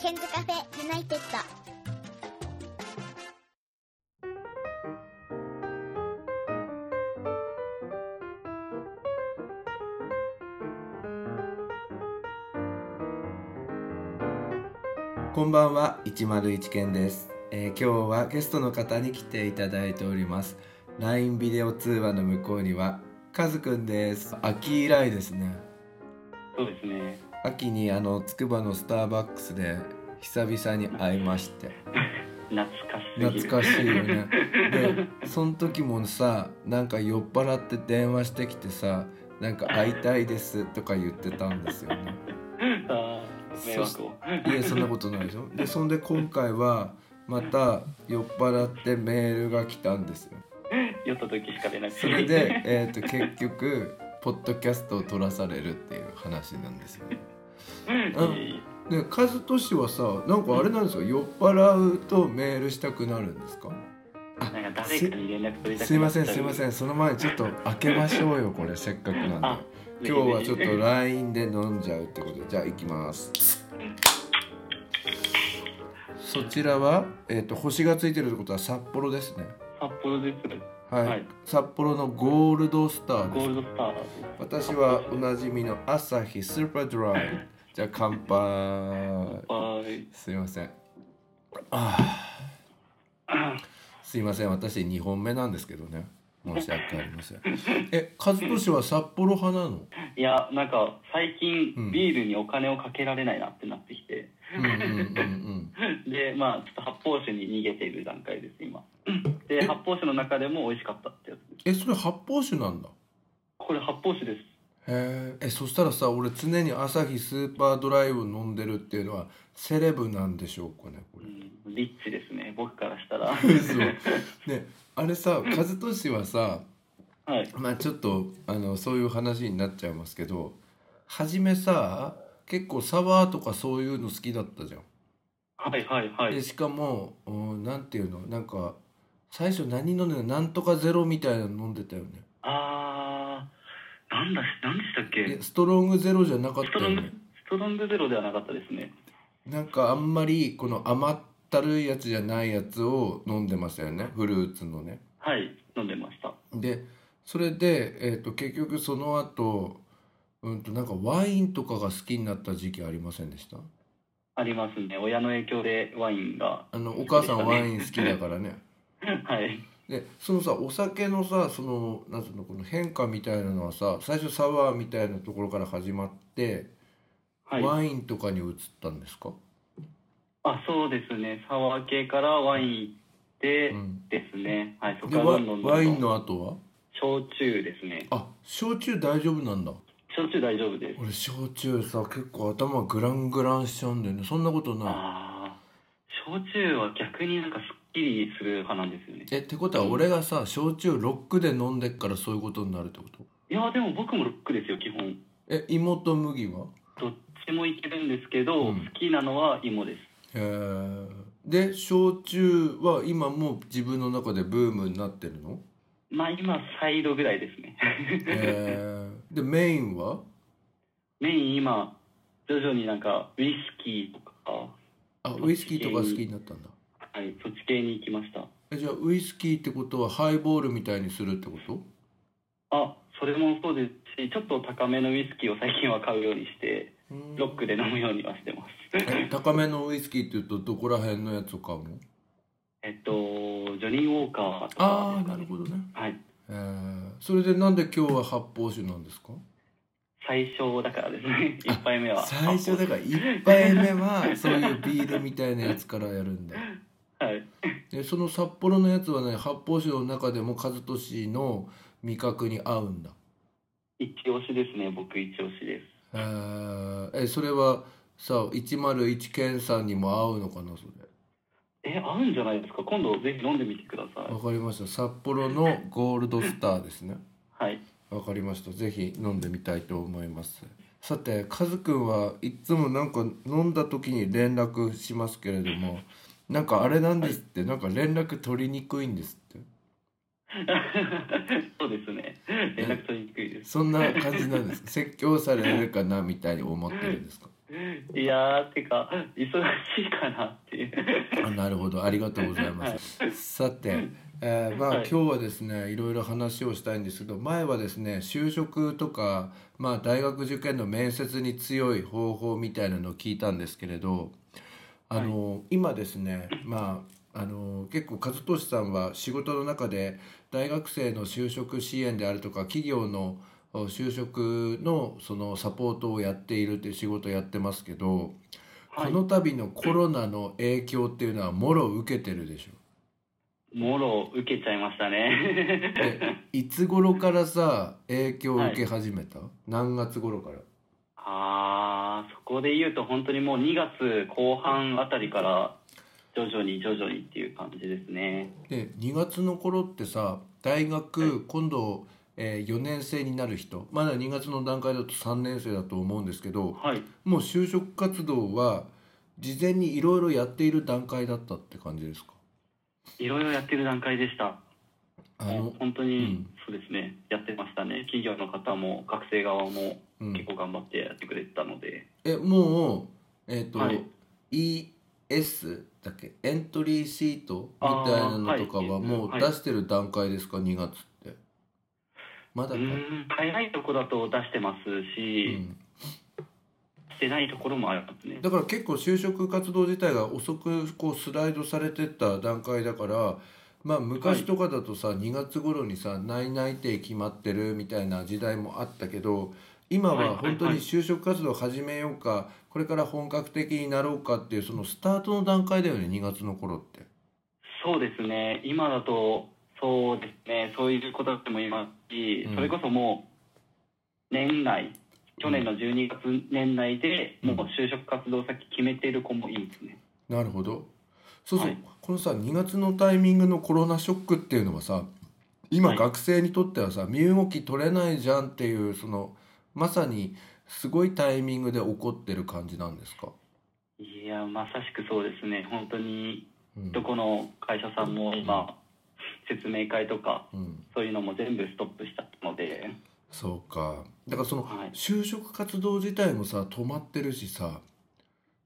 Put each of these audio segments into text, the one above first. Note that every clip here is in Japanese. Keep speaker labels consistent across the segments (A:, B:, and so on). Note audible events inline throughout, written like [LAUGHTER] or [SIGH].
A: ケンズカフェユナイテッド。
B: こんばんは101件です、えー今日はゲストの方に来ていただいております LINE ビデオ通話の向こうにはカズくんです秋以来ですね
C: そうですね。
B: 秋にあの筑波のスターバックスで久々に会いまして
C: 懐かしすぎる。
B: 懐かしいよねでその時もさなんか酔っ払って電話してきてさなんか会いたいですとか言ってたんですよね
C: あー迷惑を。
B: いやそんなことないでしょでそんで今回はまた酔っ払ってメールが来たんですよ
C: 酔った時しか出なくて。
B: それ
C: [LAUGHS]
B: で、えー、と結局ポッドキャストを取らされるっていう話なんですよねうん
C: いい
B: でカズトシはさなんかあれなんですか酔っ払うとメールしたくなるんですか
C: なんか誰かに連絡取りたくなったり
B: すいませんすいませんその前にちょっと開けましょうよこれせっかくなんで
C: あ
B: 今日はちょっと
C: ぜひぜ
B: LINE で飲んじゃうってことでじゃあ行きますそちらは、えー、と星がついてるってことは札幌ですね
C: ひ札幌です。
B: はい、
C: はい
B: 札幌のゴールドスターで
C: ゴー
B: す
C: ルドスターです。
B: 私はおなじみの朝日スーパードライじゃあ乾杯
C: はーい。
B: すいませんあーすいません私2本目なんですけどね申し訳ありませんえ和俊は札幌派なの
C: いやなんか最
B: う
C: 近
B: ん
C: ビールにお金をかけられないなってなってきて、
B: うんうんうん
C: でまあちょっと発泡酒に逃げている段階です今。
B: え
C: で発泡酒の中でも美味しかったってやつです。
B: えそれ発泡酒なんだ
C: これ発泡酒です。
B: へーえそしたらさ俺常に朝日スーパードライを飲んでるっていうのはセレブなんでしょうかねこ
C: う
B: れ
C: ん、リッチですね僕からした
B: [LAUGHS]
C: ら。
B: 嘘ねあれさ和俊はさ
C: はい。
B: まあちょっとあのそういう話になっちゃいますけど初めさ結構サワーとかそういうの好きだったじゃん。
C: はいはいはい
B: で。しかもうんなんていうのなんか最初何飲んでたなんとかゼロみたいなの飲んでたよね。
C: あー、なんだ、なんでしたっけ
B: えストロングゼロじゃなかっ
C: スト
B: た
C: ロ
B: よ
C: ング
B: ね。、
C: ストロングゼロではなかったですね。
B: なんかあんまりこの甘ったるいやつじゃないやつを飲んでましたよねフルーツのね。
C: はい、飲んでました。
B: でそれで、えー、と結局その後うんとなんかワインとかが好きになった時期ありませんでした
C: ありますね。親の影響でワインが。 [LAUGHS]
B: あのお母さんワイン好きだからね。
C: はい。
B: でそのさお酒のさそのなんつうのこの変化みたいなのはさ最初サワーみたいなところから始まって、
C: はい。
B: ワインとかに移ったんですか、
C: あ、そうですね。サワー系からワイン行って
B: うん、
C: ですね。はい、そこ
B: で
C: から
B: ワ
C: どんどんどんどん
B: ワインの後は
C: 焼酎ですね。
B: あ焼酎大丈夫なんだ
C: 焼酎大丈夫です。
B: 俺焼酎さ結構頭グラングランしちゃうんだよねそんなことな
C: あー、焼酎は逆になんかすっきりする派なんですよね。
B: いえってことは俺がさ焼酎ロックで飲んでっからそういうことになるってこと
C: いや、でも僕もロックですよ、基本。
B: え芋と麦は
C: どっちもいけるんですけど、
B: うん
C: 好きなのは芋です。
B: へーで焼酎は今もう自分の中でブームになってるの
C: まあ今サイドぐらいですね。 [LAUGHS]
B: えー、でメインは
C: メイン今徐々になんかウイスキーとか、
B: あウイスキーとか好きになったんだ
C: はい、そっち系に行きました。
B: えじゃあウイスキーってことはハイボールみたいにするってこと
C: あ、それもそうですし、ちょっと高めのウイスキーを最近は買うようにして、ロックで飲むようにはしてます。 [LAUGHS]
B: え高めのウイスキーっていうとどこら辺のやつを買うの
C: えっとジョニーウォーカーとか
B: あ
C: で
B: あ
C: す
B: な
C: か
B: る
C: ね。
B: ほどね、
C: はい、
B: えー、それでなんで今日は発泡酒なんですか
C: 最初だからですね。一杯目は。
B: 最初だから1杯目はそういうビールみたいなやつからやるんだ
C: はい。
B: [LAUGHS] でその札幌のやつはね発泡酒の中でも和俊の味覚に合うんだ
C: 一押しですね。僕一押しです。
B: えーえそれはさ101健さんにも合うのかなそれ
C: え、合うんじゃないですか。今度ぜひ飲んでみてくださ
B: わかりました札幌のゴールドスターですね
C: い。はい。 [LAUGHS]
B: わかりましたぜひ飲んでみたいと思いますさてカズくんはいつもなんか飲んだ時に連絡しますけれどもなんかあれなんですって、なんか連絡取りにくいんですって
C: そうですね。連絡取りにくいで
B: [LAUGHS]
C: す。
B: そんな感じなんですか説教されるかなみたいに思ってるんですか
C: いやーてか忙しいかなっていう
B: あなるほどありがとうございます、さて、えーまあ、
C: はい
B: 今日はですねいろいろ話をしたいんですけど前はですね就職とか、まあ、大学受験の面接に強い方法みたいなのを聞いたんですけれどあの、今ですね、まあ、あの結構和俊さんは仕事の中で大学生の就職支援であるとか企業のお就職のそのサポートをやっているっていう仕事をやってますけど、
C: は
B: こ
C: い
B: の度のコロナの影響っていうのはもろ受けてるでしょ。
C: もろ受けちゃいましたね [LAUGHS]
B: えいつ頃からさ影響を受け始めた、何月頃から
C: あーそこで言うと本当にもう2月後半あたりから徐々に徐々にっていう感じですね
B: で2月の頃ってさ大学、
C: はい
B: 今度、え4年生になる人まだ2月の段階だと3年生だと思うんですけど
C: はい
B: もう就職活動は事前にいろいろやっている段階だったって感じですか
C: いろいろやってる段階でした
B: あ
C: も
B: の
C: う、本当
B: う
C: に
B: ん
C: そうですね、やってましたね企業の方も学生側も
B: うん
C: 結構頑張ってやってくれてたので、
B: えもうえっ、と、
C: は
B: ES だっけエントリーシートみたいなのとか
C: あーは
B: はいもう出してる段階ですか、2月ってまだ
C: う
B: か、
C: ん早いとこだと出してます
B: う
C: し、
B: ん
C: してないところもありますね
B: だから結構就職活動自体が遅くこうスライドされてった段階だからまあ昔とかだとさ、2月頃にさ内内定決まってるみたいな時代もあったけど今
C: はいは
B: はい本当に就職活動を始めようか、これから本格的になろうかっていうそのスタートの段階だよね2月の頃って。
C: そうですね今だとそうですねそういうことでもいますし、
B: うん
C: それこそもう年内去年の12月年内で
B: う
C: も
B: ん
C: う就職活動先決めてる子もいいですね、
B: なるほどそうそう、
C: はい
B: このさ2月のタイミングのコロナショックっていうのはさ今
C: はい
B: 学生にとってはさ身動き取れないじゃんっていうそのまさにすごいタイミングで起こってる感じなんですか、
C: いやまさしくそうですね本当に
B: うん
C: どこの会社さんも今、説明会とか、
B: うん、
C: そういうのも全部ストップしちゃったので、
B: そうかだからその
C: はい
B: 就職活動自体もさ止まってるしさ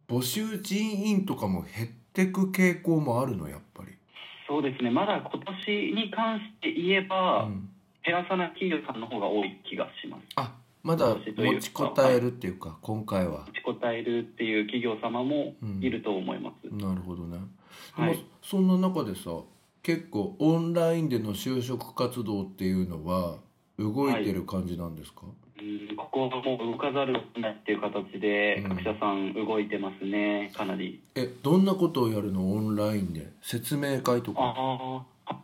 B: 募集人員とかも減ってく傾向もあるのやっぱり。
C: そうですね、まだ今年に関して言え
B: う
C: ば、
B: ん、
C: 減らさない企業さんの方が多い気がします。
B: あまだ持ちこたえるっていうか今回は。
C: 持ちこたえるっていう企業様も
B: うん
C: いると思います。
B: なるほどね。
C: は
B: ま
C: い
B: あそんな中でさ結構オンラインでの就職活動っていうのは動いてる感じなんですか、
C: うんここはもう動かざるを得ないっていう形で、
B: うん
C: 各社さん動いてますね、かなり。
B: えどんなことをやるのオンラインで説明会とか
C: ああ、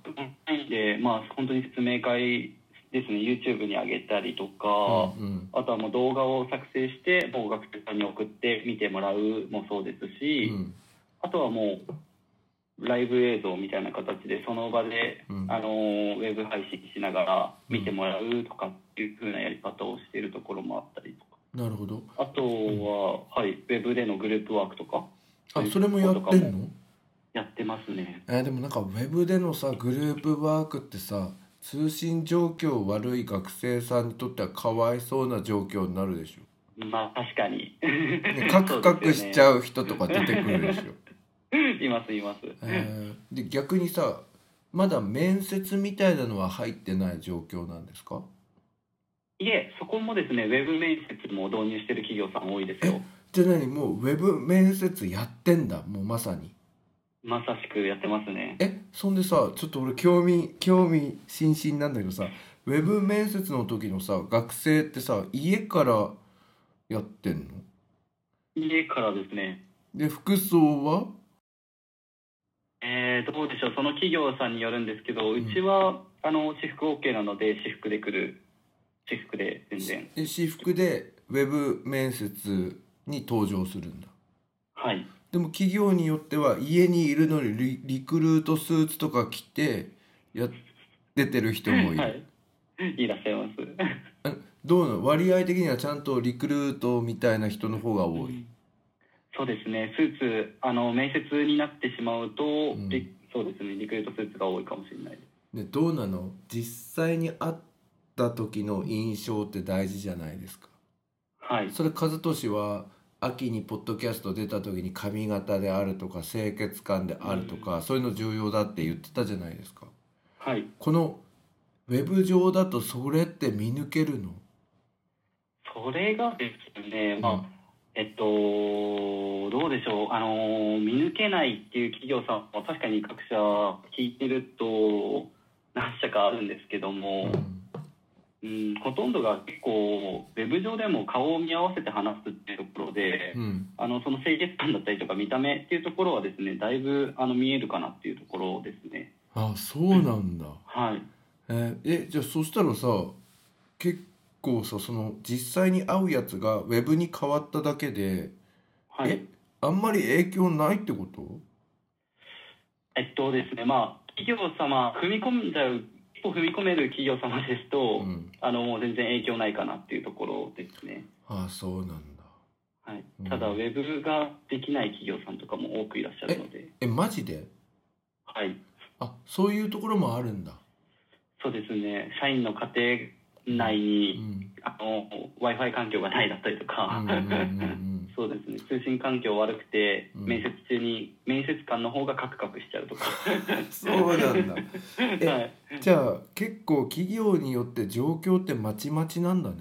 C: ないんで、まあ、本当に説明会ですね、YouTube に上げたりとか、
B: うん
C: あとはもう動画を作成して、もう学生さんに送って見てもらうもそうです
B: う
C: し、
B: ん
C: あとはもうライブ映像みたいな形でその場で、
B: うん
C: あのーウェブ配信しながら見てもらうとかっていう風なやり方をしているところもあったりとか
B: なるほど
C: あとは、はい、ウェブでのグループワークとか
B: あそれもやってんの
C: やってますね
B: えーでもなんかウェブでのさグループワークってさ通信状況悪い学生さんにとってはかわいそうな状況になるでしょ、
C: まあ確かに [LAUGHS]
B: ね、カクカクしちゃう人とか出てくるでしょ
C: いますいます、
B: えーで逆にさまだ面接みたいなのは入ってない状況なんですか
C: いえそこもですねウェブ面接も導入してる企業さん多いですよ
B: じゃあ何もうウェブ面接やってんだもうまさに
C: まさしくやってますね
B: えそんでさちょっと俺興味興味津々なんだけどさウェブ面接の時のさ学生ってさ家からやってんの
C: 家からですね
B: で服装は
C: えー、どうでしょう、その企業さんによるんですけど、うんちはあの私服 OK なので、私服で来る、私服で全然、
B: え私服でウェブ面接に登場するんだ
C: はい、
B: でも企業によっては家にいるのにリリクルートスーツとか着てや出てる人もいる、
C: はい、いらっしゃいます。
B: あどうなの割合的にはちゃんとリクルートみたいな人の方が多い、
C: そうですね、スーツ、あの面接になってしまうと、
B: ん
C: リそうですね、リクルートスーツが多いかもしれないです。
B: でどうなの実際に会った時の印象って大事じゃないですか
C: はい、
B: それ和俊は秋にポッドキャスト出た時に髪型であるとか清潔感であるとか、そういうの重要だって言ってたじゃないですか
C: はい
B: このウェブ上だとそれって見抜けるの
C: それがですね、まあ
B: うん
C: えっとどうでしょうあの見抜けないっていう企業さんも確かに各社聞いてると何社かあるんですけども、うん、ほとんどが結構ウェブ上でも顔を見合わせて話すっていうところで、
B: うん
C: あのその清潔感だったりとか見た目っていうところはですねだいぶあの見えるかなっていうところですね
B: あそうなんだ、
C: はい
B: えーえじゃあそしたらさ結構さその実際に会うやつがウェブに変わっただけで、
C: はい
B: えあんまり影響ないってこと
C: えっとですねまあ企業様踏み込んじゃう一歩踏み込める企業様ですと、
B: うん、
C: あのもう全然影響ないかなっていうところですね、
B: あそうなんだ
C: はい
B: うん、
C: ただウェブができない企業さんとかも多くいらっしゃるので
B: えマジで
C: はい
B: あそういうところもあるんだ、
C: そうですね社員の家庭内
B: う
C: に、
B: ん、
C: あの w i f i 環境がないだったりとか、
B: うんうんうん
C: [LAUGHS]
B: うん
C: そうですね通信環境悪くて、
B: うん
C: 面接中に面接官の方がカクカクしちゃうとか
B: そうなんだえ
C: はい
B: じゃあ結構企業によって状況ってまちまちなんだね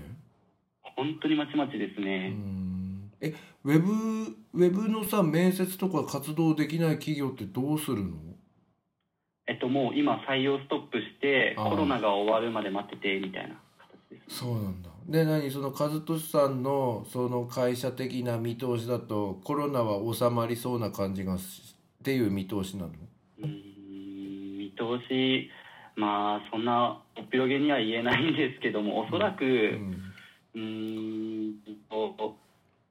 C: 本当にまちまちで
B: う
C: すね、
B: んえウェブウェブのさ面接とか活動できない企業ってどうするの
C: えっともう今採用ストップして
B: あー
C: コロナが終わるまで待っててみたいな形です
B: そうなんだで何その和俊さんのその会社的な見通しだとコロナは収まりそうな感じがしっていう見通しなの
C: うーん見通しまあそんなおっぴろげには言えないんですけどもおそらく、
B: うん
C: うーんと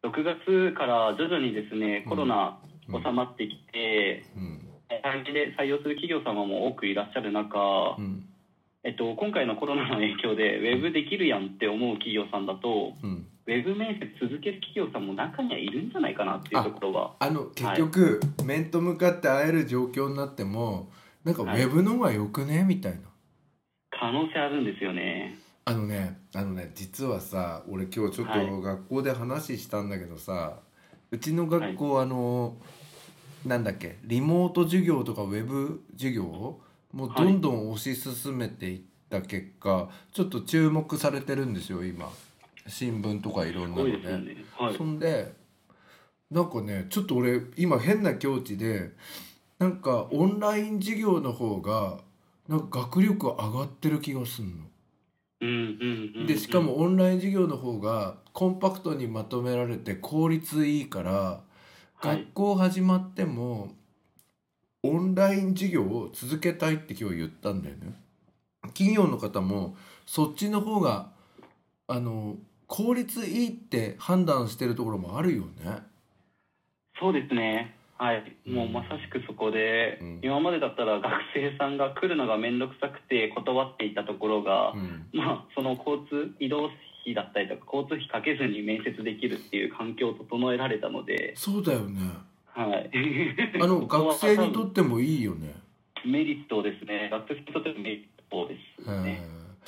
C: 6月から徐々にですねコロナ
B: うん
C: 収まってきて、
B: うん
C: 短期で採用する企業様も多くいらっしゃる中、
B: うん
C: えっと、今回のコロナの影響でウェブできるやんって思う企業さんだと
B: うん
C: ウェブ面接続ける企業さんも中にはいるんじゃないかなっていうところは
B: あの結局、面と向かって会える状況になってもなんかウ
C: はい
B: ェブの方がよくねみたいな
C: 可能性あるんですよね。
B: あのねあのね実はさ俺今日ちょっ
C: はい
B: と学校で話したんだけどさ、うちの学校、あのなんだっけリモート授業とかウェブ授業をもうどんどん推し進めていった結果、ちょっと注目されてるんですよ今新聞とかいろんな
C: 多
B: の
C: いですよね。はい
B: そんでなんかねちょっと俺今変な境地でなんかオンライン授業の方がなんか学力上がってる気がすんの。
C: うんうんうんうん
B: でしかもオンライン授業の方がコンパクトにまとめられて効率いいから
C: はい
B: 学校始まってもオンライン授業を続けたいって今日言ったんだよね。企業の方もそっちの方があの効率いいって判断してるところもあるよね。
C: そうですね。はい、もうまさしくそこで、
B: うん
C: 今までだったら学生さんが来るのが面倒くさくて断っていたところが、
B: うん
C: まあその交通移動費だったりとか交通費かけずに面接できるっていう環境を整えられたので、
B: そうだよね。
C: はい、
B: あ
C: [LAUGHS]
B: の
C: ここは
B: 学生にとってもいいよね。
C: メリットですね。学生にとってのメリットですね。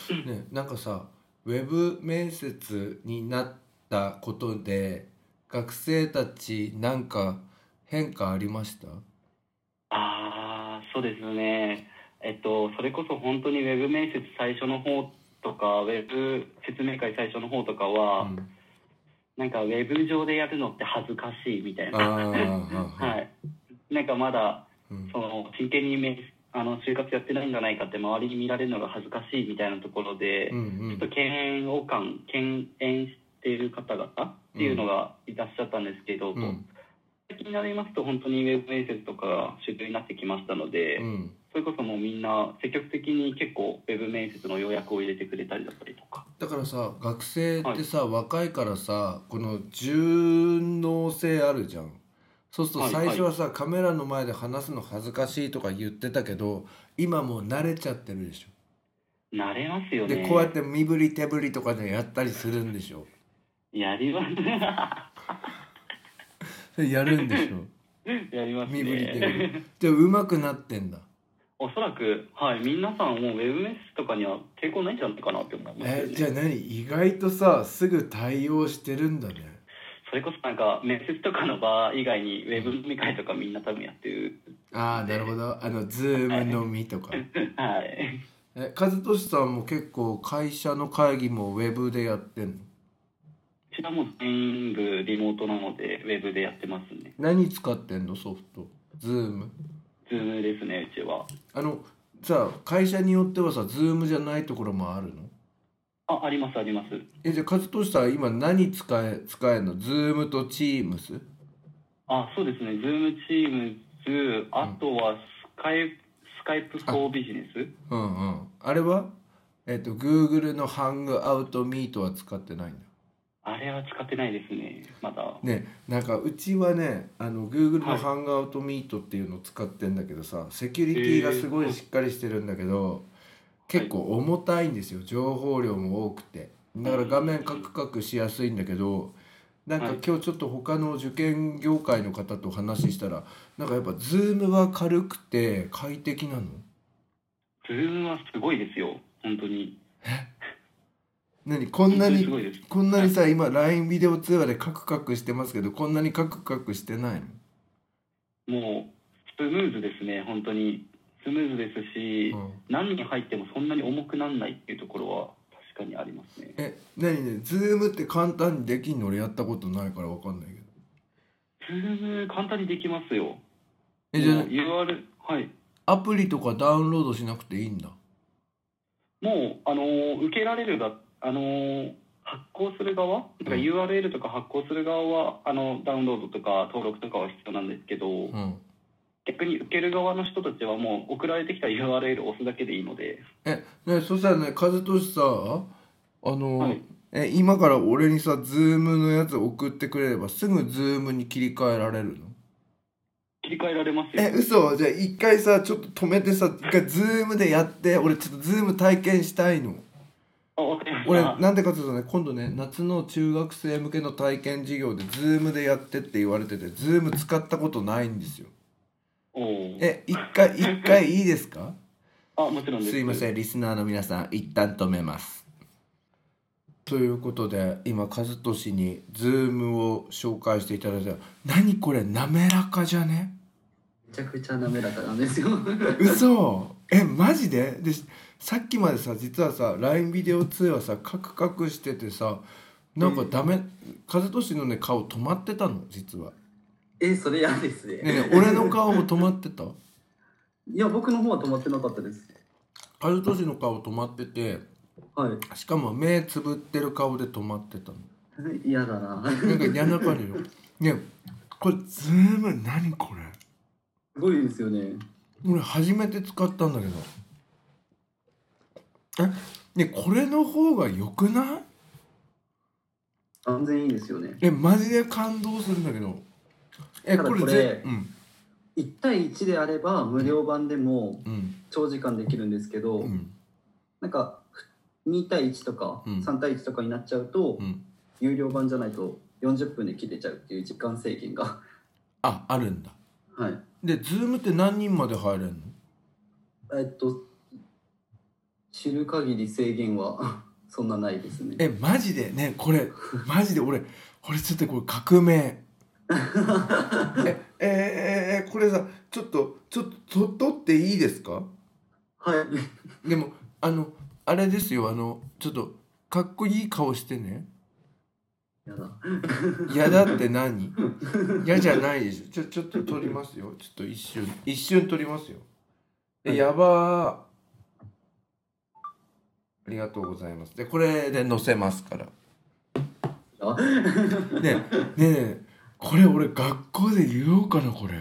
B: うんね、なんかさウェブ面接になったことで学生たちなんか変化ありました
C: ああ、そうですね。えっと、それこそ本当にウェブ面接最初の方とか、ウェブ説明会最初の方とかは、
B: うん
C: なんかウェブ上でやるのって恥ずかしいみたい
B: あ
C: な、
B: ー
C: は、
B: はい
C: なんかまだ
B: うん
C: その真剣にめあの就活やってないんじゃないかって周りに見られるのが恥ずかしいみたいなところで、
B: うんう
C: ちょ
B: ん
C: っと敬遠を感敬遠している方々っていうのがいらっしゃったんですけど、
B: うん
C: 最近になりますと本当にウェブ面接とかが主流になってきましたので、
B: うん
C: それこそもうみんな積極的に結構ウェブ面接の要約を入れてくれたりだったりとか。
B: だからさ学生ってさ、若いからさこの柔能性あるじゃんそうすると
C: は
B: 最
C: い
B: 初はさ、カメラの前で話すの恥ずかしいとか言ってたけど今もう慣れちゃってるでしょ
C: 慣れますよね。
B: でこうやって身振り手振りとかでやったりするんでしょ
C: やります。 [LAUGHS]
B: それやるんでしょ
C: やり [LAUGHS] ますね。
B: 身振り手振りじゃあ上手くなってんだ
C: おそらく、はい、皆さんもうウェブメッセとかには抵抗ないんじゃないかなって思いますよ
B: え
C: ね。
B: じゃあ何意外とさすぐ対応してるんだね
C: それこそなんか面接とかの場以外にウェブ飲み会とかみんな多分やってる [LAUGHS]
B: ああなるほどあのズームのみとか
C: はい
B: え和俊さんも結構会社の会議もウェブでやってんの
C: うちらも全部リモートなのでウェブでやってますね
B: 何使ってんのソフトズーム
C: ズームですねうちは
B: あのさ会社によってはさズームじゃないところもあるの
C: あありますあります
B: えじゃあ和俊さん今何使え使えるのズームとチームス
C: あそうですねズームチームズあとはスカイ、スカイプフォービジネス
B: うんうんあれはえっ、と Google のハングアウトミートは使ってないんだ
C: あれは使ってないですねまだ
B: ねなんかうちはねあの Google
C: は
B: の
C: い
B: ハングアウトミートっていうのを使ってんだけどさセキュリティがすご
C: え
B: い
C: ー
B: しっかりしてるんだけど、結構重たいんですよ情報量も多くてだから画面カクカクしやすいんだけどなんか
C: はい
B: 今日ちょっと他の受験業界の方と話したらなんかやっぱ Zoom は軽くて快適なの
C: ズームはすごいですよ本当に
B: 何こんな
C: 本当
B: に
C: [LAUGHS] すごいです
B: こんなにさ今 LINE ビデオ通話でカクカクしてますけどこんなにカクカクしてないの
C: もうスムーズですね本当にスムーズですし、
B: うん
C: 何人入ってもそんなに重くならないっていうところは確かにありますね
B: え何ねズームって簡単にできんの俺やったことないから分かんないけど
C: ズーム簡単にできますよ
B: えじゃ
C: もう URL はい
B: あアプリとかダウンロードしなくていいんだ
C: もうあのー受けられるがあのー発行する側なんか
B: うん
C: URL とか発行する側はあのダウンロードとか登録とかは必要なんですけ
B: う
C: ど、
B: ん
C: 逆に受ける側の人たちはもう送られてきた URL を押すだけでいいので
B: えねそしたらね和俊さあの、
C: はい
B: え今から俺にさズームのやつ送ってくれればすぐズームに切り替えられるの
C: 切り替えられますよ
B: え嘘じゃあ一回さちょっと止めてさ一回ズームでやって俺ちょっとズーム体験したいの
C: あわかりました
B: 俺なんでかっていうとね今度ね夏の中学生向けの体験授業でズームでやってって言われててズーム使ったことないんですよ
C: おー
B: え一回一回いいですか
C: あもちろんです
B: すいませ
C: ん
B: んリスナーの皆さん一旦止めますということで今和俊にズームを紹介していただいた何これ滑らかじゃね
D: めちゃくちゃ滑らかなんですよ
B: [LAUGHS] 嘘えマジででさっきまでさ実はさ LINE ビデオ通話さカクカクしててさなんかダメ、風としのね顔止まってたの実は
D: えそれ嫌ですね
B: ねえねえ俺の顔も止まってた
D: いや僕の方は止まってなかったです
B: 風としの顔止まってて
D: はい
B: しかも目つぶってる顔で止まってたの
D: 嫌だな
B: なんか嫌な感じよねえこれズーム何これ
D: すごいですよね
B: 俺初めて使ったんだけどえねえこれの方が良くない
D: 安全いいですよね
B: えマジで感動するんだけどえ
D: ただ
B: これ
D: これ
B: ぜうん
D: 1対1であれば無料版でも
B: うん
D: 長時間できるんですけど、
B: うん
D: なんか2対1とか
B: うん
D: 3対1とかになっちゃうと、
B: うん
D: 有料版じゃないと40分で切れちゃうっていう時間制限が
B: [LAUGHS] ああるんだ
D: はい
B: でズームって何人まで入れんの
D: えっと知る限り制限は [LAUGHS] そんなないですね
B: えマジでねこれマジで俺俺ちょっとこれ革命えええええこれさちょっとちょっとと取っていいですか
D: はい
B: でもあのあれですよあのちょっとかっこいい顔してね
D: やだ
B: [LAUGHS] 嫌だって何嫌じゃないでしょちょちょっと撮りますよちょっと一瞬一瞬撮りますよでやばーありがとうございますでこれで載せますから
D: あ
B: ねねえこれ俺学校で言おうかなこれ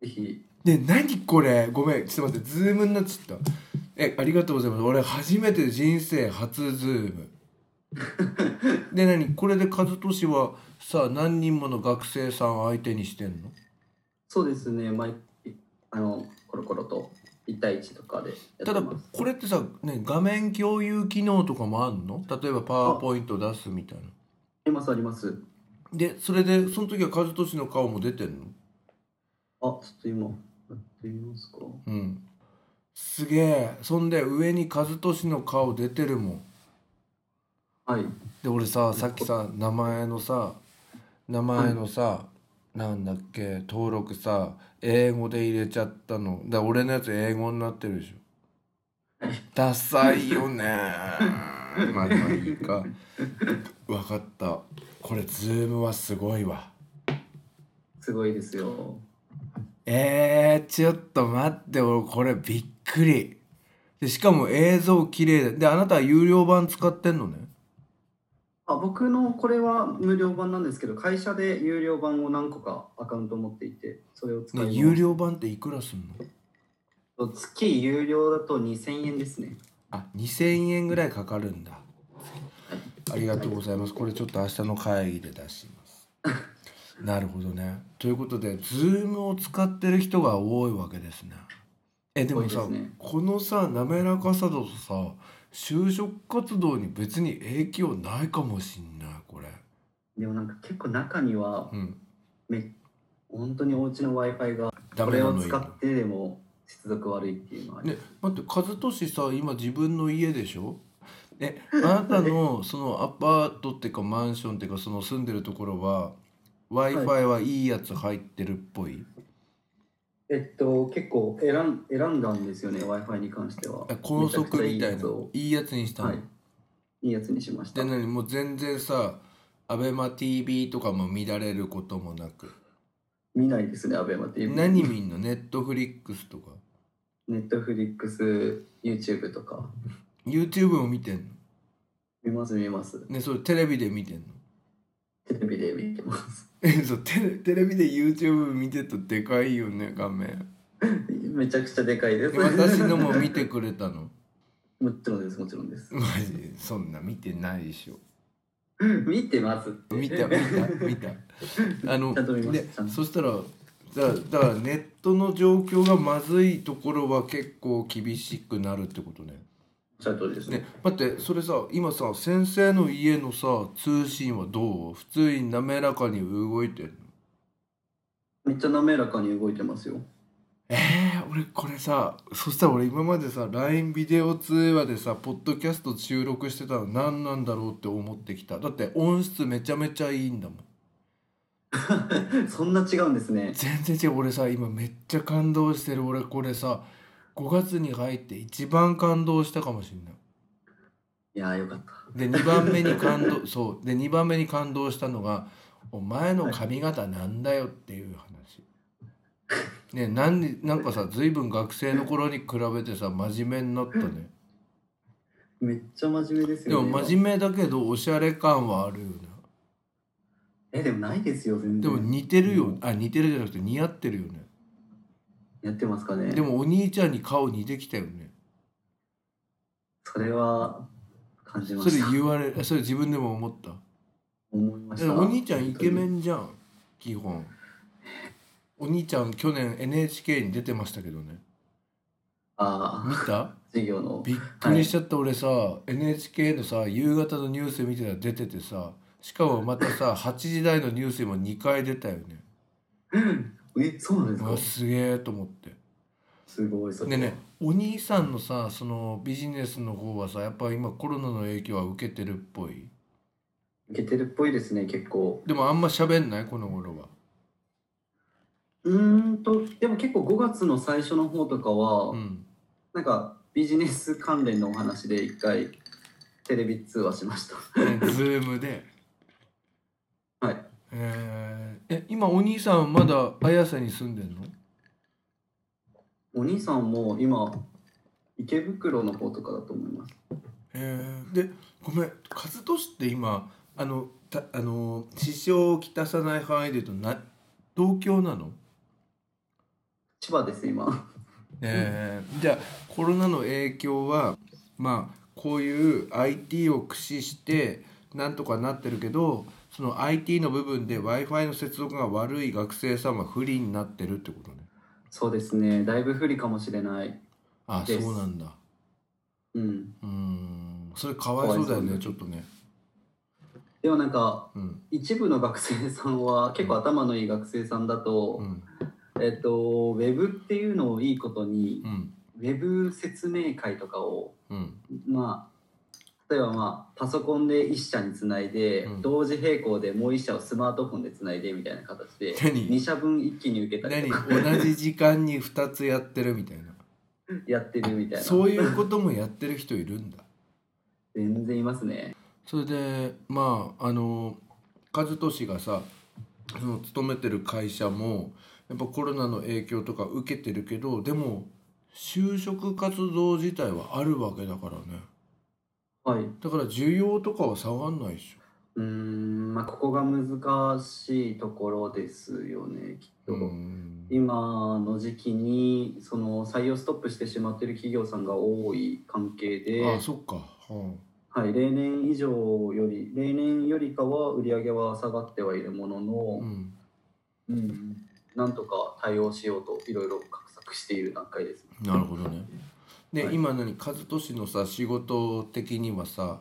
D: ぜひ
B: ね何これごめんちょっと待ってズームになっちゃったえありがとうございます俺初めて人生初ズームで何これで和俊はさ何人もの学生さん相手にしてんの
D: そうですね毎あのコロコロと1対1とかでや
B: ただ
D: ってます
B: これってさ、ね、画面共有機能とかもあんの例えばパワーポイント出すみたいな
D: ありますあります
B: でそれでその時は和俊の顔も出てんの
D: あちょっと今やってみますか
B: うんすげえそんで上に和俊の顔出てるもん
D: はい
B: で俺ささっきさ名前のさ名前のさ、なんだっけ登録さ英語で入れちゃったのだ俺のやつ英語になってるでしょダサいよね [LAUGHS] まあまあいいか分かったこれズームはすごいわ
D: すごいですよ。
B: えー、ちょっと待って俺これびっくりでしかも映像綺麗でであなたは有料版使ってんのね
D: あ僕のこれは無料版なんですけど会社で有料版を何個かアカウント持っていてそれを使い
B: ね
D: ます
B: 有料版っていくらすんの
D: 月有料だと2000円ですね
B: あ2000円ぐらいかかるんだありがとうございますこれちょっと明日の会議で出しますなるほどねということで Zoom を使ってる人が多いわけですねえでもさ
D: 多いですね
B: このさ滑らかさだとさ就職活動に別に影響ないかもしんないこれ
D: でもなんか結構中には
B: うん
D: め本当にお家の w i f i が
B: ダ
D: こ
B: メ
D: れ
B: な
D: を
B: のいい
D: 使ってでも接続悪いっていうのはあり
B: ね、待って和俊さ今自分の家でしょ
D: [LAUGHS]
B: えあなたのそのアパートっていうかマンションっていうかその住んでるところは w i
D: い
B: f i はいいやつ入ってるっぽい、
D: えっと結構選ん選んだんですよね w i f i に関しては
B: え高速みたい
D: めちゃくちゃいいや
B: な
D: つを
B: いいやつにしたの、
D: はいいいやつにしました
B: で何もう全然さ ABEMATV とかも見られることもなく
D: 見ないですね ABEMATV
B: 何見んのネットフリックスとか
D: NetflixYouTube とか
B: YouTube も見てんの
D: 見ます見ます
B: ねそれテレビで見てんの
D: テレビで見てます。
B: えそうテレテレビで YouTube 見てたらでかいよね画面
D: めちゃくちゃでかいです。
B: で私のも見てくれたの [LAUGHS]
D: もちろんです、もちろんです。
B: マジそんな見てないでしょ
D: 見てます。
B: 見た見た見たあの
D: ちゃんと見ま
B: で
D: したちゃんと
B: そしたらだだからネットの状況がまずいところは結構厳しくなるってことね
D: ちゃんとですね
B: ね。待ってそれさ今さ先生の家のさ通信はどう普通に滑らかに動いてるの
D: めっちゃ滑らかに動いてますよ。
B: えー、俺これさそしたら俺今までさ LINE ビデオ通話でさポッドキャスト収録してたの何なんだろうって思ってきただって音質めちゃめちゃいいんだもん
D: そんな違うんですね。
B: 全然違う俺さ今めっちゃ感動してる俺これさ5月に入って一番感動したかもしんない
D: いやーよかった。
B: で2番目に感動そうで2番目に感動したのが「お前の髪型なんだよ」っていう話ねなんでなんかさ随分学生の頃に比べてさ真面目になったね
D: めっちゃ真面目です
B: で
D: よ
B: も
D: ね。
B: 真面目だけどおしゃれ感はあるよね
D: え、でもないですよ、全然。
B: でも似てるよあ似てるじゃなくて似合ってるよね
D: やってますかね。
B: でもお兄ちゃんに顔似てきたよね
D: それは感じま
B: それ
D: した。
B: 言われそれ自分でも思った
D: 思いまし
B: え
D: た。
B: お兄ちゃんイケメ
D: ン。
B: ンじゃん基本お兄ちゃん去年 NHK に出てましたけどね見
D: ああ、
B: た
D: 授業の。
B: びっくりしちゃった俺さ NHK のさ夕方のニュース見てたら出ててさしかもまたさ8時台のニュースにも2回出たよね
D: え、そうなんです
B: う
D: か
B: わ。すげえと思って
D: すごいそれ。
B: でね。お兄さんのさそのビジネスの方はさやっぱ今コロナの影響は受けてるっぽい
D: いけてるっぽいですね、結構。
B: でもあんま喋んないこの頃は
D: うーんとでも結構5月の最初の方とかは、
B: うん
D: なんかビジネス関連のお話で一回テレビ通話しました
B: ねズームで
D: はい
B: えーえ今お兄さんはまだ綾瀬に住んでんの
D: お兄さんも今池袋の方とかだと思います
B: えーでごめん和俊って今あのたあの支障をきたさない範囲で言うとな東京なの
D: 千葉です今
B: えーじゃあコロナの影響はまあこういう IT を駆使してなんとかなってるけどその IT の部分で w i f i の接続が悪い学生さんは不利になってるってことね
D: そうですねだいぶ不利かもしれない
B: あそ
D: です
B: うなんだ
D: うん
B: うーんそれかわいそうだよねちょっとね
D: でもなんか
B: うん
D: 一部の学生さんは結構頭のいい学生さんだ
B: う
D: と、
B: ん
D: えっとウェブっていうのをいいことに
B: う、ん
D: ウェブ説明会とかを
B: うん
D: まあ例えばまあパソコンで1社につないで、
B: うん
D: 同時並行でもう1社をスマートフォンでつないでみたいな形で
B: [LAUGHS] 何
D: 2社分一気に受けたり
B: 何
D: とか
B: 同じ時間に2つやってるみたいな
D: [LAUGHS] やってるみたいな
B: そういうこともやってる人いるんだ
D: 全然いますね。
B: それでまああの和俊がさその勤めてる会社もやっぱコロナの影響とか受けてるけどでも就職活動自体はあるわけだからね
D: はい、
B: だから需要とかは下がんないでし
D: うーんまあここが難しいところですよねきっ
B: ょ
D: と、今の時期にその採用ストップしてしまってる企業さんが多い関係で、
B: ああそっか、は
D: はい、例年以上より例年よりかは売り上げは下がってはいるもの
B: あう
D: の、
B: ん、
D: うんなんとか対応しようといろいろ画策している段階です、
B: なるほどねで、
D: はい
B: 今何和俊のさ仕事的にはさ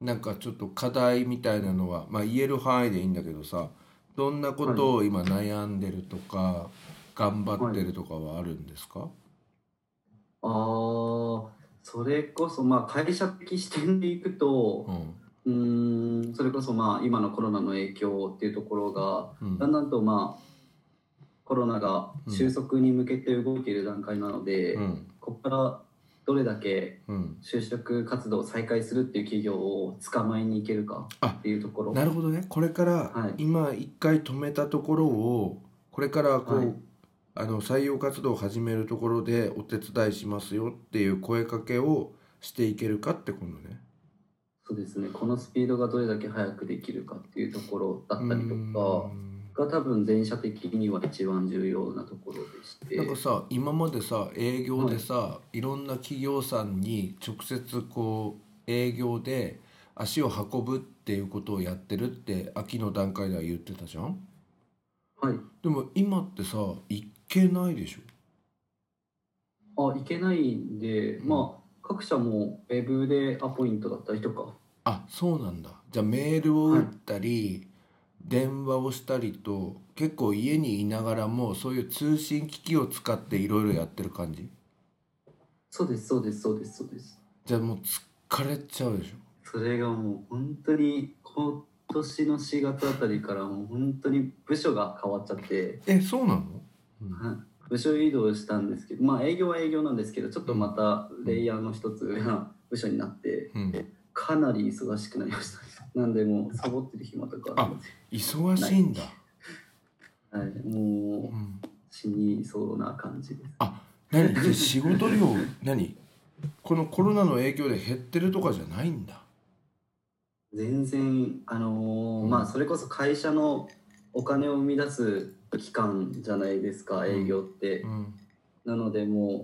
B: なんかちょっと課題みたいなのは、まあ、言える範囲でいいんだけどさどんなことを今悩んでるとか、頑張ってるとかはあるんですか、
D: あーそれこそまあ会社的視点でいくと
B: うん
D: うーんそれこそまあ今のコロナの影響っていうところが
B: うん
D: だんだんとまあコロナが収束に向けて動いている段階なので、
B: うん
D: ここからどれだけ
B: うん、
D: 就職活動を再開するっていう企業を捕まえに行けるかっていうところ
B: なるほどねこれから
D: はい
B: 今一回止めたところをこれからこう、
D: はい
B: あの採用活動を始めるところでお手伝いしますよっていう声かけをしていけるかってことね。
D: そうですねこのスピードがどれだけ早くできるかっていうところだったりと
B: うーん
D: かが多分全社的には一番重要なところでして
B: なんかさ今までさ営業でさ、い、ろんな企業さんに直接こう営業で足を運ぶっていうことをやってるって秋の段階では言ってたじゃん
D: はい
B: でも今ってさ行けないでしょ
D: あいけないんで、
B: うん
D: まあ各社もウェブでアポイントだったりとか
B: あそうなんだじゃあメールを打ったり、電話をしたりと結構家にいながらもそういう通信機器を使っていろいろやってる感じ
D: そうですそうですそうですそうです
B: じゃあもう疲れちゃうでしょ
D: それがもう本当に今年の4月あたりからもう本当に部署が変わっちゃって、
B: えそうなの、うん
D: はい部署移動したんですけどまあ営業は営業なんですけどちょっとまたレイヤーの一つ上の部署になって
B: うん
D: かなり忙しくなりましたなんでもうサボってる暇とかあって
B: 忙しいんだ、
D: はい、
B: う
D: もうん死にそうな感じです
B: 何 [LAUGHS] じゃあ仕事量何このコロナの影響で減ってるとかじゃないんだ
D: 全然あのー
B: うん
D: まあそれこそ会社のお金を生み出す期間じゃないですか営業って、
B: うん
D: なのでも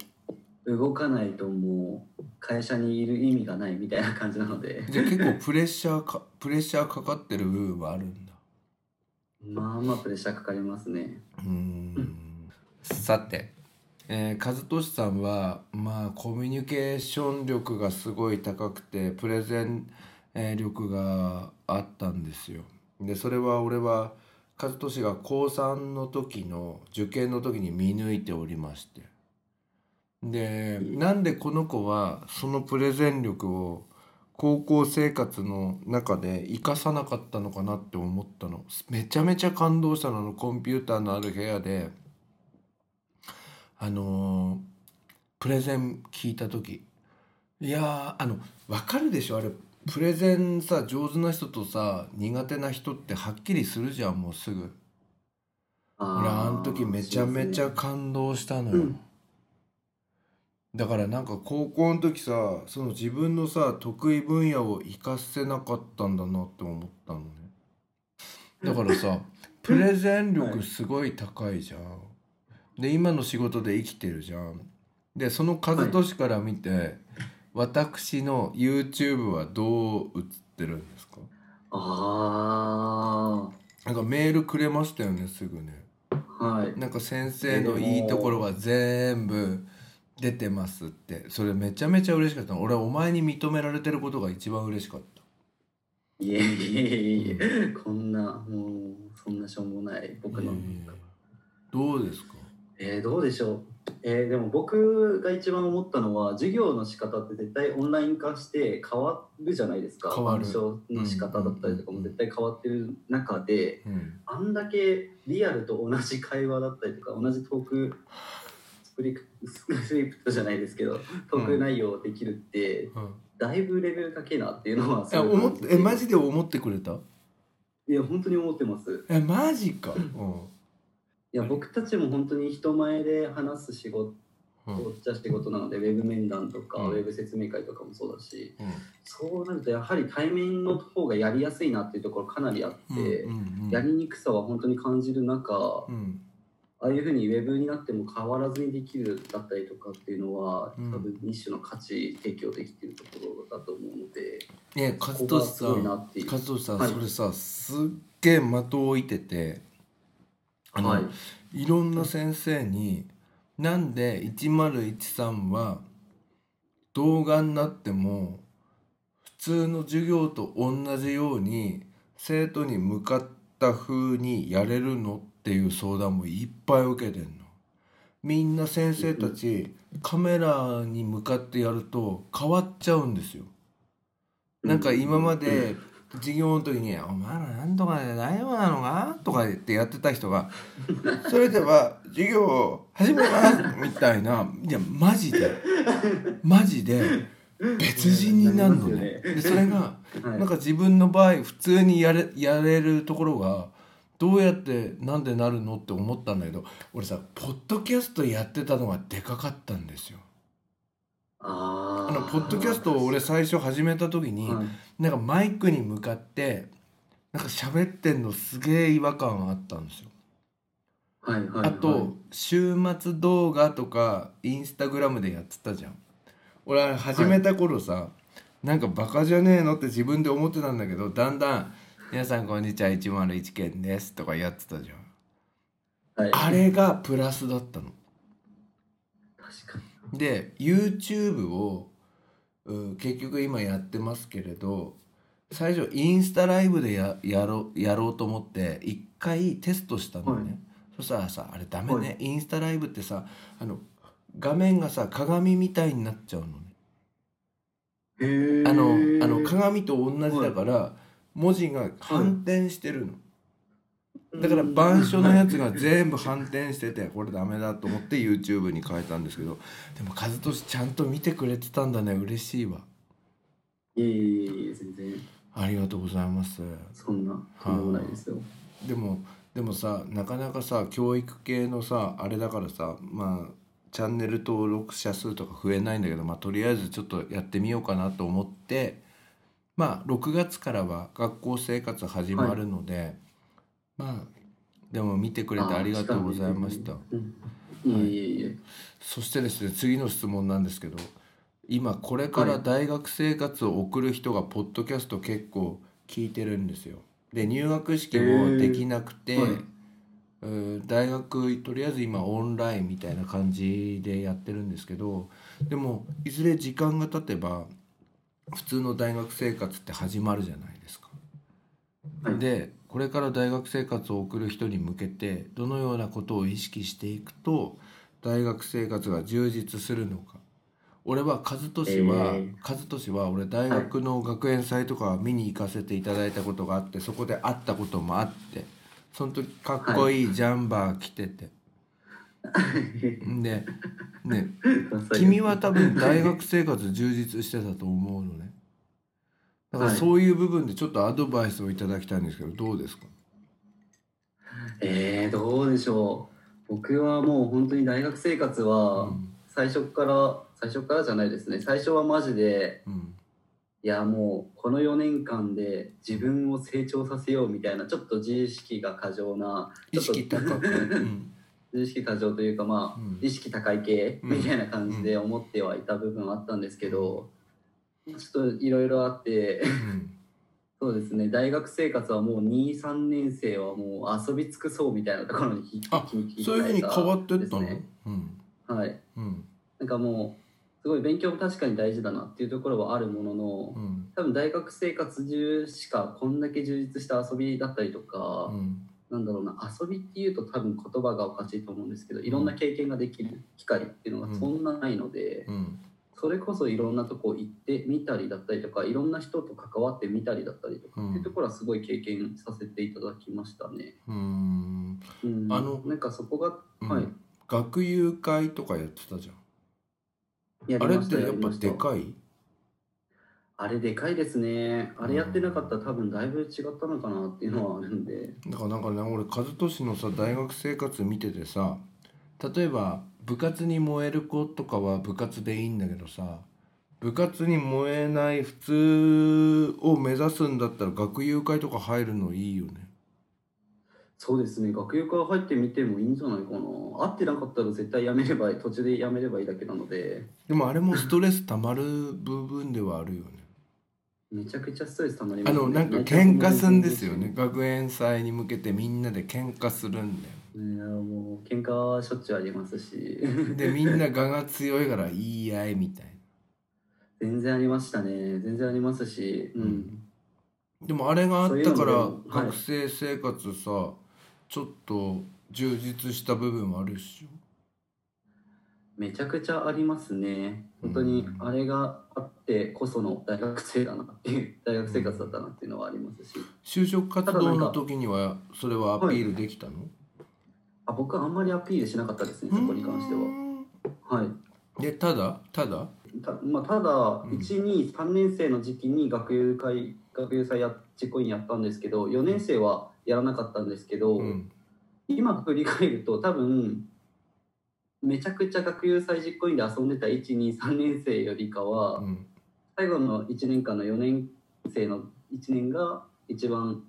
D: う動かないともう会社にいる意味がないみたいな感じなので
B: じゃあ結構プレッシャーかプレッシャーかかってる部分はあるんだ
D: まあまあプレッシャーかかりますね
B: うーんさて、えー、和俊さんはまあコミュニケーション力がすごい高くてプレゼンえー力があったんですよ。でそれは俺は和俊が高3の時の受験の時に見抜いておりましてでなんでこの子はそのプレゼン力を高校生活の中で生かさなかったのかなって思ったのめちゃめちゃ感動したのあのコンピューターのある部屋であのープレゼン聞いた時いやーあの分かるでしょあれプレゼンさ上手な人とさ苦手な人ってはっきりするじゃんもうすぐ
D: あ
B: 俺あ
D: ー
B: の時めちゃめちゃ
D: そう
B: 感動したのよ、
D: うん
B: だからなんか高校の時さその自分のさ得意分野を活かせなかったんだなって思ったのねだからさプレゼン力すごい高いじゃん、で今の仕事で生きてるじゃんでその和俊から見て、私の YouTube はどう映ってるんですか
D: あ
B: なんかメールくれましたよねすぐね
D: あはい
B: なんか先生のいいところが全部出てますってそれめちゃめちゃ嬉しかったの俺はお前に認められてることが一番嬉しかった
D: いえいえいえいえこんなもうそんなしょうもない僕の
B: いやいやいやどうですか
D: えー、どうでしょうえーでも僕が一番思ったのは授業の仕方って絶対オンライン化して変わるじゃないですか
B: 変わる
D: 鑑賞の仕方だったりとかも絶対変わってる中で
B: うん
D: あんだけリアルと同じ会話だったりとか同じトークスクリプスクリプトじゃないですけどトーク内容できるって
B: うん、
D: だいぶレベル高いなっていうのは
B: え
D: ごい
B: 思っえマジ
D: い
B: で思ってくれた
D: や本当に思ってます
B: えマジか、うん
D: いや僕たちも本当に人前で話す仕事
B: うん
D: っちゃ仕事なのでウェブ面談とか、
B: うん
D: ウェブ説明会とかもそうだし
B: うん
D: そうなるとやはり対面の方がやりやすいなっていうところかなりあって、
B: うん
D: やりにくさは本当に感じる中、
B: うん
D: ああいうふうにウェブになっても変わらずにできるだったりとかっていうのは、
B: うん
D: 多分一種の価値提供できてるところだと思うので
B: ね
D: こ
B: カ
D: こ
B: ズ
D: が
B: ト
D: す
B: さ
D: ごいなんっていう
B: カ。ズトさん、
D: はい
B: それさすっげえ的を置いててあの、
D: はい
B: い、ろんな先生になんで1013は動画になっても普通の授業と同じように生徒に向かった風にやれるのっていう相談もいっぱい受けてんの。みんな先生たちカメラに向かってやると変わっちゃうんですよ。なんか今まで授業の時に「お前らなんとかで大丈夫なのか?」とか言ってやってた人が「それでは授業を始めます」みたいないやマジでマジで別人になるのね。でそれが
D: はい
B: なんか自分の場合普通にやれやれるところがどうやってなんでなるのって思ったんだけど俺さポッドキャストやってたのがでかかったんですよ。
D: あ
B: あのポッドキャストを俺最初始めた時に、
D: に、はい
B: なんかマイクに向かってなんか喋ってんのすげえ違和感あったんですよ。
D: はいはいはい、
B: あと週末動画とかインスタグラムでやってたじゃん。俺あれ始めた頃さ、なんかバカじゃねえのって自分で思ってたんだけどだんだん「皆さんこんにちは101件です」とかやってたじゃん。
D: はい、
B: あれがプラスだったの。
D: 確かに
B: で YouTube をうん結局今やってますけれど最初インスタライブでややろうやろうと思って一回テストしたのね、
D: は
B: そしたらさあれダメね、
D: は
B: インスタライブってさあの画面がさ鏡みたいになっちゃうのね
D: へー
B: あのあの鏡と同じだから文字が反転してるの、だから板書のやつが全部反転しててこれダメだと思って YouTube に変えたんですけどでも和俊ちゃんと見てくれてたんだね嬉しいわ
D: いえいえいえ全然
B: ありがとうございます
D: そんなとんでもないですよ。
B: でもでもさなかなかさ教育系のさあれだからさまあチャンネル登録者数とか増えないんだけどまあとりあえずちょっとやってみようかなと思ってまあ6月からは学校生活始まるので、まあでも見てくれてありがとうございました。
D: うんいえいえいえ。
B: そしてですね次の質問なんですけど今これから大学生活を送る人がポッドキャスト結構聞いてるんですよ。で入学式もできなくて、
D: えーはいう
B: ー大学とりあえず今オンラインみたいな感じでやってるんですけどでもいずれ時間が経てば普通の大学生活って始まるじゃないですか。
D: はい
B: でこれから大学生活を送る人に向けてどのようなことを意識していくと大学生活が充実するのか俺は和俊は、
D: えー
B: 和俊は俺大学の学園祭とか見に行かせていただいたことがあってそこで会ったこともあってその時かっこいいジャンバー着てて、ん
D: [LAUGHS]
B: で、ね、君は多分大学生活充実してたと思うのねだから
D: はい
B: そういう部分でちょっとアドバイスをいただきたいんですけどどうですか
D: えー、どうでしょう。僕はもう本当に大学生活
B: う
D: は
B: ん
D: 最初から最初からじゃないですね。最初はマジで
B: うん
D: いやもうこの4年間で自分を成長させようみたいなちょっと自意識が過剰な
B: 意識高く、うん
D: 自意識過剰というかまあ
B: うん
D: 意識高い系
B: うん
D: みたいな感じで思ってはいた部分はあったんですけど、ちょっといろいろあって
B: うん
D: そうですね大学生活はもう23年生はもう遊び尽くそうみたいなところに引き
B: あ
D: 引き
B: そういうふうに変わってったの、
D: ですね
B: うん
D: はい
B: うん
D: なんかもうすごい勉強も確かに大事だなっていうところはあるものの、
B: うん
D: 多分大学生活中しかこんだけ充実した遊びだったりとか、
B: うん
D: なんだろうな遊びっていうと多分言葉がおかしいと思うんですけどいろんな経験ができる機会っていうのがそんなないので、
B: うん
D: それこそいろんなとこ行ってみたりだったりとかいろんな人と関わってみたりだったりとか、
B: うん
D: っていうところはすごい経験させていただきましたね。
B: うん
D: うん、
B: あの
D: なんかそこが、
B: うん
D: はい
B: 学友会とかやってたじゃん
D: や
B: あ
D: り
B: れ
D: ま
B: っ
D: した
B: てや
D: や
B: っ
D: り
B: ぱ
D: ました
B: でかい
D: あれでかいですねあれやってなかったら多分だいぶ違ったのかなっていうのはあるんで、
B: だからなんかね俺和俊のさ大学生活見ててさ例えば部活に燃える子とかは部活でいいんだけどさ部活に燃えない普通を目指すんだったら学友会とか入るのいいよね。
D: そうですね学友会入ってみてもいいんじゃないかな合ってなかったら絶対やめればいい途中でやめればいいだけなので
B: でもあれもストレスたまる部分ではあるよね。
D: めちゃくちゃストレスたまりま
B: あ
D: すね
B: のなんか喧嘩すんですよね。学園祭に向けてみんなで喧嘩するんだよ。
D: ねもう喧嘩はしょっちゅうありますし [LAUGHS]
B: でみんな我が強いから言い合いみたいな。
D: 全然ありましたね全然ありますしうん、
B: でもあれがあったか
D: そういうのも
B: ら
D: はい
B: 学生生活さ、ちょっと充実した部分もあるっし
D: めちゃくちゃありますね本当に
B: うん
D: あれがあってこその大学生だなっていう大学生活だったなっていうのはありますし、
B: ょ就職活
D: ただな
B: 動
D: ん
B: の
D: か
B: 時にはそれはアピールできたの、
D: あ僕はあんまりアピールしなかったですねそこに関しては。はい
B: でただただ
D: たまあ、ただ
B: ん
D: 123年生の時期に学友会学友祭や実行委員やったんですけど4年生はやらなかったんですけど、
B: うん
D: 今振り返ると多分めちゃくちゃ学友祭実行委員で遊んでた123年生よりか
B: う
D: は、
B: ん
D: 最後の1年間の4年生の1年が一番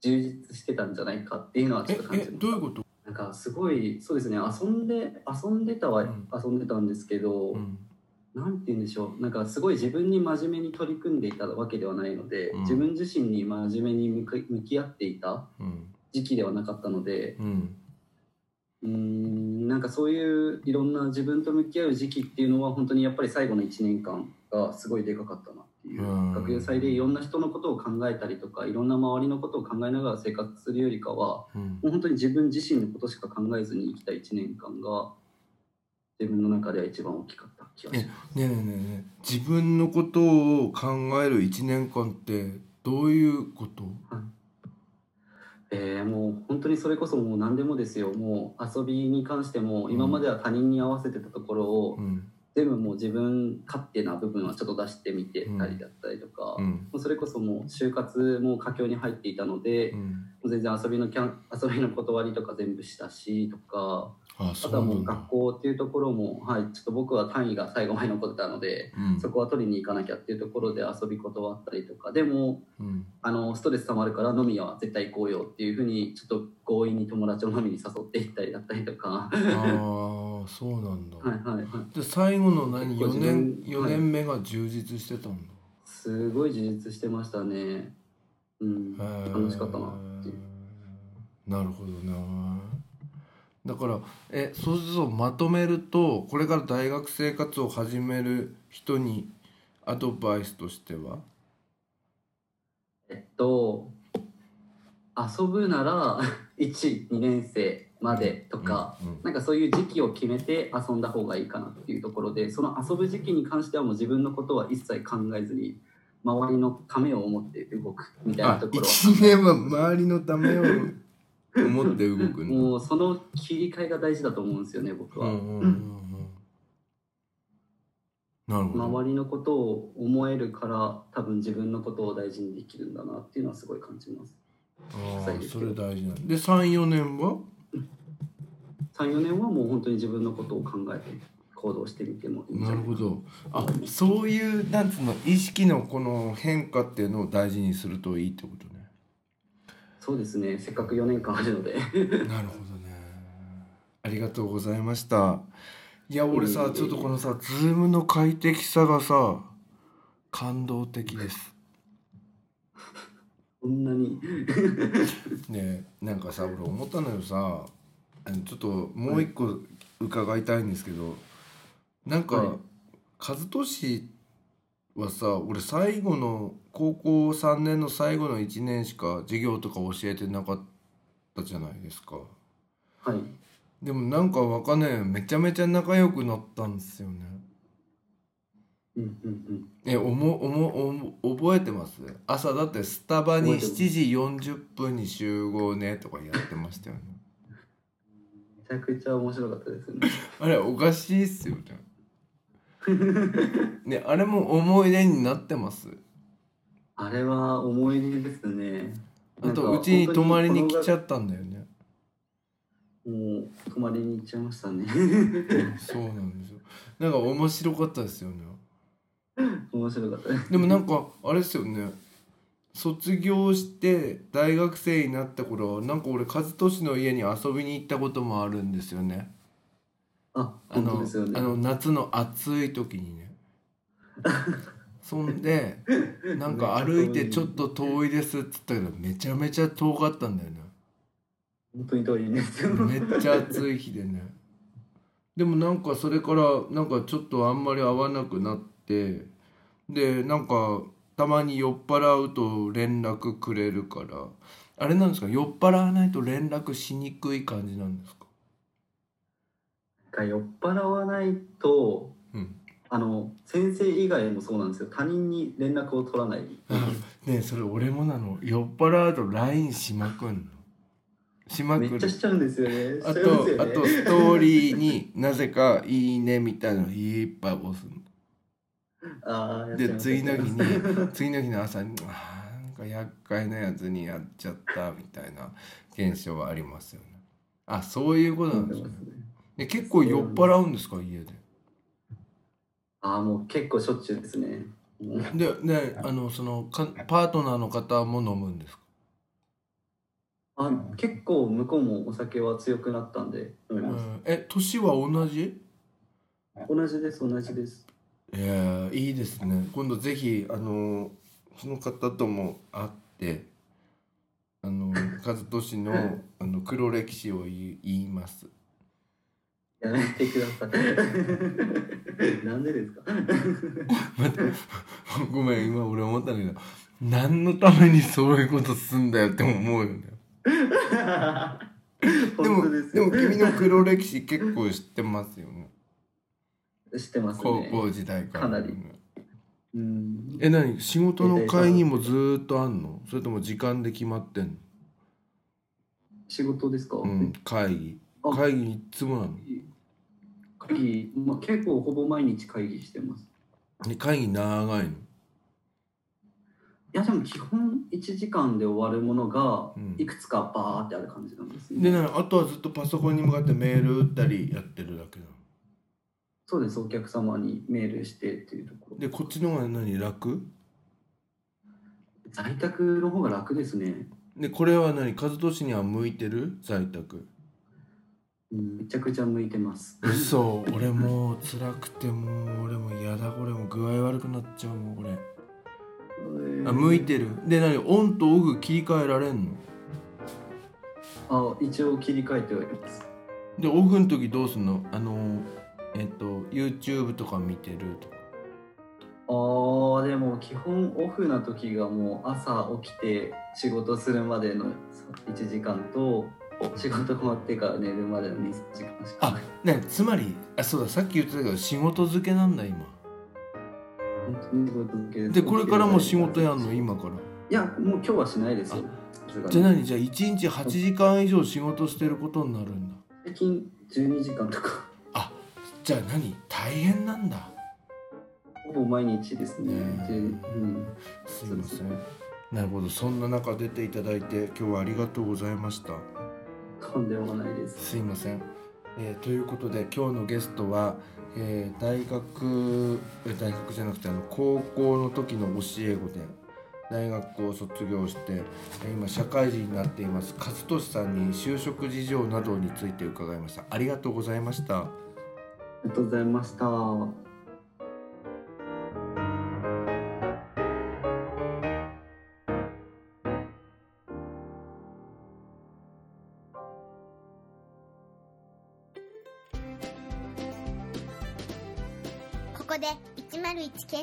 D: 充実してたんじゃないかっていうのはちょっ
B: え
D: と感
B: え
D: じます
B: どういうこと、
D: なんかすごいそうですね遊んで遊んでたは
B: うん
D: 遊んでたんですけど、
B: うん
D: なんて言うんでしょうなんかすごい自分に真面目に取り組んでいたわけではないので、
B: うん
D: 自分自身に真面目に向き向き合っていた
B: うん
D: 時期ではなかったので
B: うん、
D: うーんなんかそういういろんな自分と向き合う時期っていうのは本当にやっぱり最後の1年間がすごいでかかったなっていう、
B: うん
D: 学友祭でいろんな人のことを考えたりとかいろんな周りのことを考えながら生活するよりかは
B: うん
D: もう本当に自分自身のことしか考えずに生きた1年間が自分の中では一番大きかった気がします。
B: ねえねえねえねえ自分のことを考える1年間ってどういうこと
D: えーもう本当にそれこそもう何でもですよもう遊びに関しても今までは他人に合わせてたところを、
B: うん
D: 全部もう自分勝手な部分はちょっと出してみてたりだったりとか、
B: う
D: も
B: ん
D: うそれこそもう就活も佳境に入っていたので、
B: う
D: も
B: ん
D: う全然遊びのキャン遊びの断りとか全部したしとか
B: あ
D: あ
B: そ
D: とは
B: うな
D: もうん
B: だ
D: 学校っていうところも、はい、ちょっと僕は単位が最後まで残ってたので、
B: うん
D: そこは取りに行かなきゃっていうところで遊び断ったりとかでも
B: うん
D: あのストレス溜まるから飲みは絶対行こうよっていうふうにちょっと強引に友達を飲みに誘っていったりだったりと
B: [LAUGHS]
D: かはい
B: ああそうなんだ、
D: はいはい
B: で最後の何
D: 結構
B: 4
D: 自
B: 年
D: 分
B: 四
D: はい
B: 年目が充実してたんだ、
D: すごい充実してましたね。うん、
B: へー
D: 楽しかったなっていう。
B: なるほどなだからえそうするとまとめるとこれから大学生活を始める人にアドバイスとしては
D: えっと、遊ぶなら [LAUGHS] 1、2年生までとか、
B: うんうん
D: なんかそういう時期を決めて遊んだ方がいいかなっていうところで、その遊ぶ時期に関してはもう自分のことは一切考えずに、周りのためを思って動くみたいな
B: あ
D: ところは。
B: 1年は周りのためを思って動くんだ
D: もうその切り替えが大事だと思うんですよね、僕
B: う
D: は。
B: んうんうんうんなるほど
D: 周りのことを思えるから多分自分のことを大事にできるんだなっていうのはすごい感じます
B: あ
D: 際
B: ー
D: です
B: そ
D: け
B: れ
D: ど
B: 大事なんだで34年は
D: 34年はもう本当に自分のことを考えて行動してみてもいいんじ
B: な
D: ゃ
B: る
D: ないか
B: ほどあそういうなんつうの意識のこの変化っていうのを大事にするといいってことね
D: そうですねせっかく4年間あるので [LAUGHS]
B: なるほどねありがとうございましたいや俺
D: いえ
B: さ
D: いえ
B: ちょっとこのさズームの快適さがさ感動的です
D: こんなに
B: ねなんかさ俺思ったのよさあのちょっともう一個伺いたいんですけど、なんか、
D: はい
B: 和俊はさ俺最後の高校3年の最後の1年しか授業とか教えてなかっったじゃないですか
D: はい
B: でもなんかわかんないめちゃめちゃ仲良くなったんですよね
D: うんうん
B: えおもおもおも覚えてます朝だってスタバに7時40分に集合ねとかやってましたよね
D: うんめちゃくちゃ面白かったですね
B: あれおかしいっすよね [LAUGHS] ねあれも思い出になってます
D: あれは思い出ですね
B: あとうちに泊まりに来ちゃ
D: っ
B: ったんだよね
D: もう泊まりに行っちゃいましたね [LAUGHS]
B: そうなんですよなんか面白かったですよね
D: 面白かったです
B: でもなんかあれですよね卒業して大学生になった頃なんか俺和俊の家に遊びに行ったこともあるんですよね
D: あ
B: あ
D: 本当
B: の,、
D: ですよね
B: あの夏の暑い時に
D: [LAUGHS]
B: ねそんでなんか歩いてちょっと遠いですっつったけどめちゃめちゃ遠かったんだよね
D: 本当に遠いんですよ
B: めっちゃ暑い日でねでもなんかそれからなんかちょっとあんまり会わなくなってでなんかたまに酔っ払うと連絡くれるからあれなんですか酔っ払わないと連絡しにくい感じなんですか
D: が酔っ払わないと
B: うん
D: あの先生以外もそうなんですよ他人に連絡を取らない
B: ねえそれ俺もなの酔っ払うと LINE しまくんのしまく
D: めっちゃ
B: る
D: しちゃうんですよね
B: あ
D: しちゃいますよ
B: とあ
D: ね
B: とストーリーになぜか「いいね」みたいなのいっぱい押すの。
D: あーやっちゃい
B: で
D: ます
B: 次の日に [LAUGHS] 次の日の朝に「あーなんか厄介なやつにやっちゃった」みたいな現象はありますよね。あそういうことなんですね。で結構酔っ払うんですか家で。
D: ああもう結構しょっちゅうですねもう
B: でねあのそのかパートナーの方も飲むんですか
D: あ結構向こうもお酒は強くなったんで飲み
B: う
D: ます
B: んえ年は同じ
D: 同じです同じです
B: えー、いいですね。今度ぜひあのその方とも会ってあの和俊のあの黒歴史を言い言います。 [LAUGHS]
D: やめてくださいなんでですか
B: 待ってごめん今俺思ったんだけど何のためにそういうことすんだよって思うよねで
D: 本
B: も
D: 当
B: ですも
D: よ
B: 君の黒歴史結構知ってますよね
D: 知ってます
B: 高
D: ね
B: 校時代から、
D: かなりうん
B: え何仕事の会にもずーっとあんのそれとも時間で決まってん
D: 仕事ですか、
B: のうん会議
D: あ
B: 会議いつもなの
D: 会議、まあ、結構ほぼ毎日会議してます
B: で会議長いの
D: いやでも基本1時間で終わるものが
B: うん
D: いくつかバーってある感じなんですね、
B: でなあとはずっとパソコンに向かってメール打ったりやってるだけなの
D: そうですお客様にメールしてっていうところ
B: でこっちの方が何楽
D: 在宅の方が楽ですね、
B: でこれは何和俊には向いてる在宅
D: うん、めちゃくちゃ向いてます
B: 嘘俺もう辛くてもう俺も嫌だこれもう具合悪くなっちゃうもんこれあ向いてるで何オンとオフ切り替えられんの
D: あ一応切り替えてはいます
B: でオフの時どうすんのあのえっと YouTube とか見てるとか
D: あーでも基本オフな時がもう朝起きて仕事するまでの1時間と仕事終わってから寝るまでの2時間しかない
B: ねつまりあそうださっき言ってたけど仕事漬けなんだ今
D: 本当に仕事続け
B: でこれからも仕事やんの今から
D: いやもう今日はしないですよさすがに
B: じゃあ何じゃあ1日8時間以上仕事してることになるんだ
D: 最近12時間とか
B: じゃあ何大変なんだ
D: ほぼ毎日ですね、
B: ねえ
D: 10うん、
B: すいませんなるほどそんな中出ていただいて今日はありがとうございました
D: とんでもないです
B: すいません、えーということで今日のゲストは、えー大学えー大学じゃなくてあの高校の時の教え子で大学を卒業してえー今社会人になっています勝利さんに就職事情などについて伺いましたありがとうございました
D: ありがとうございました
A: ここで101ケ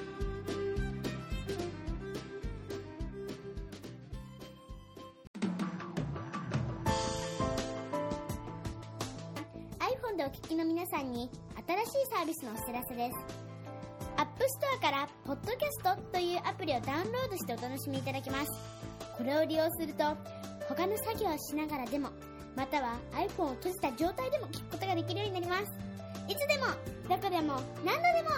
A: もでお聞きの皆さんに新しいサービスのお知らせです App Store から「Podcast」というアプリをダウンロードしてお楽しみいただけますこれを利用すると他の作業をしながらでもまたは iPhone を閉じた状態でも聞くことができるようになりますいつでもどこでも何度でも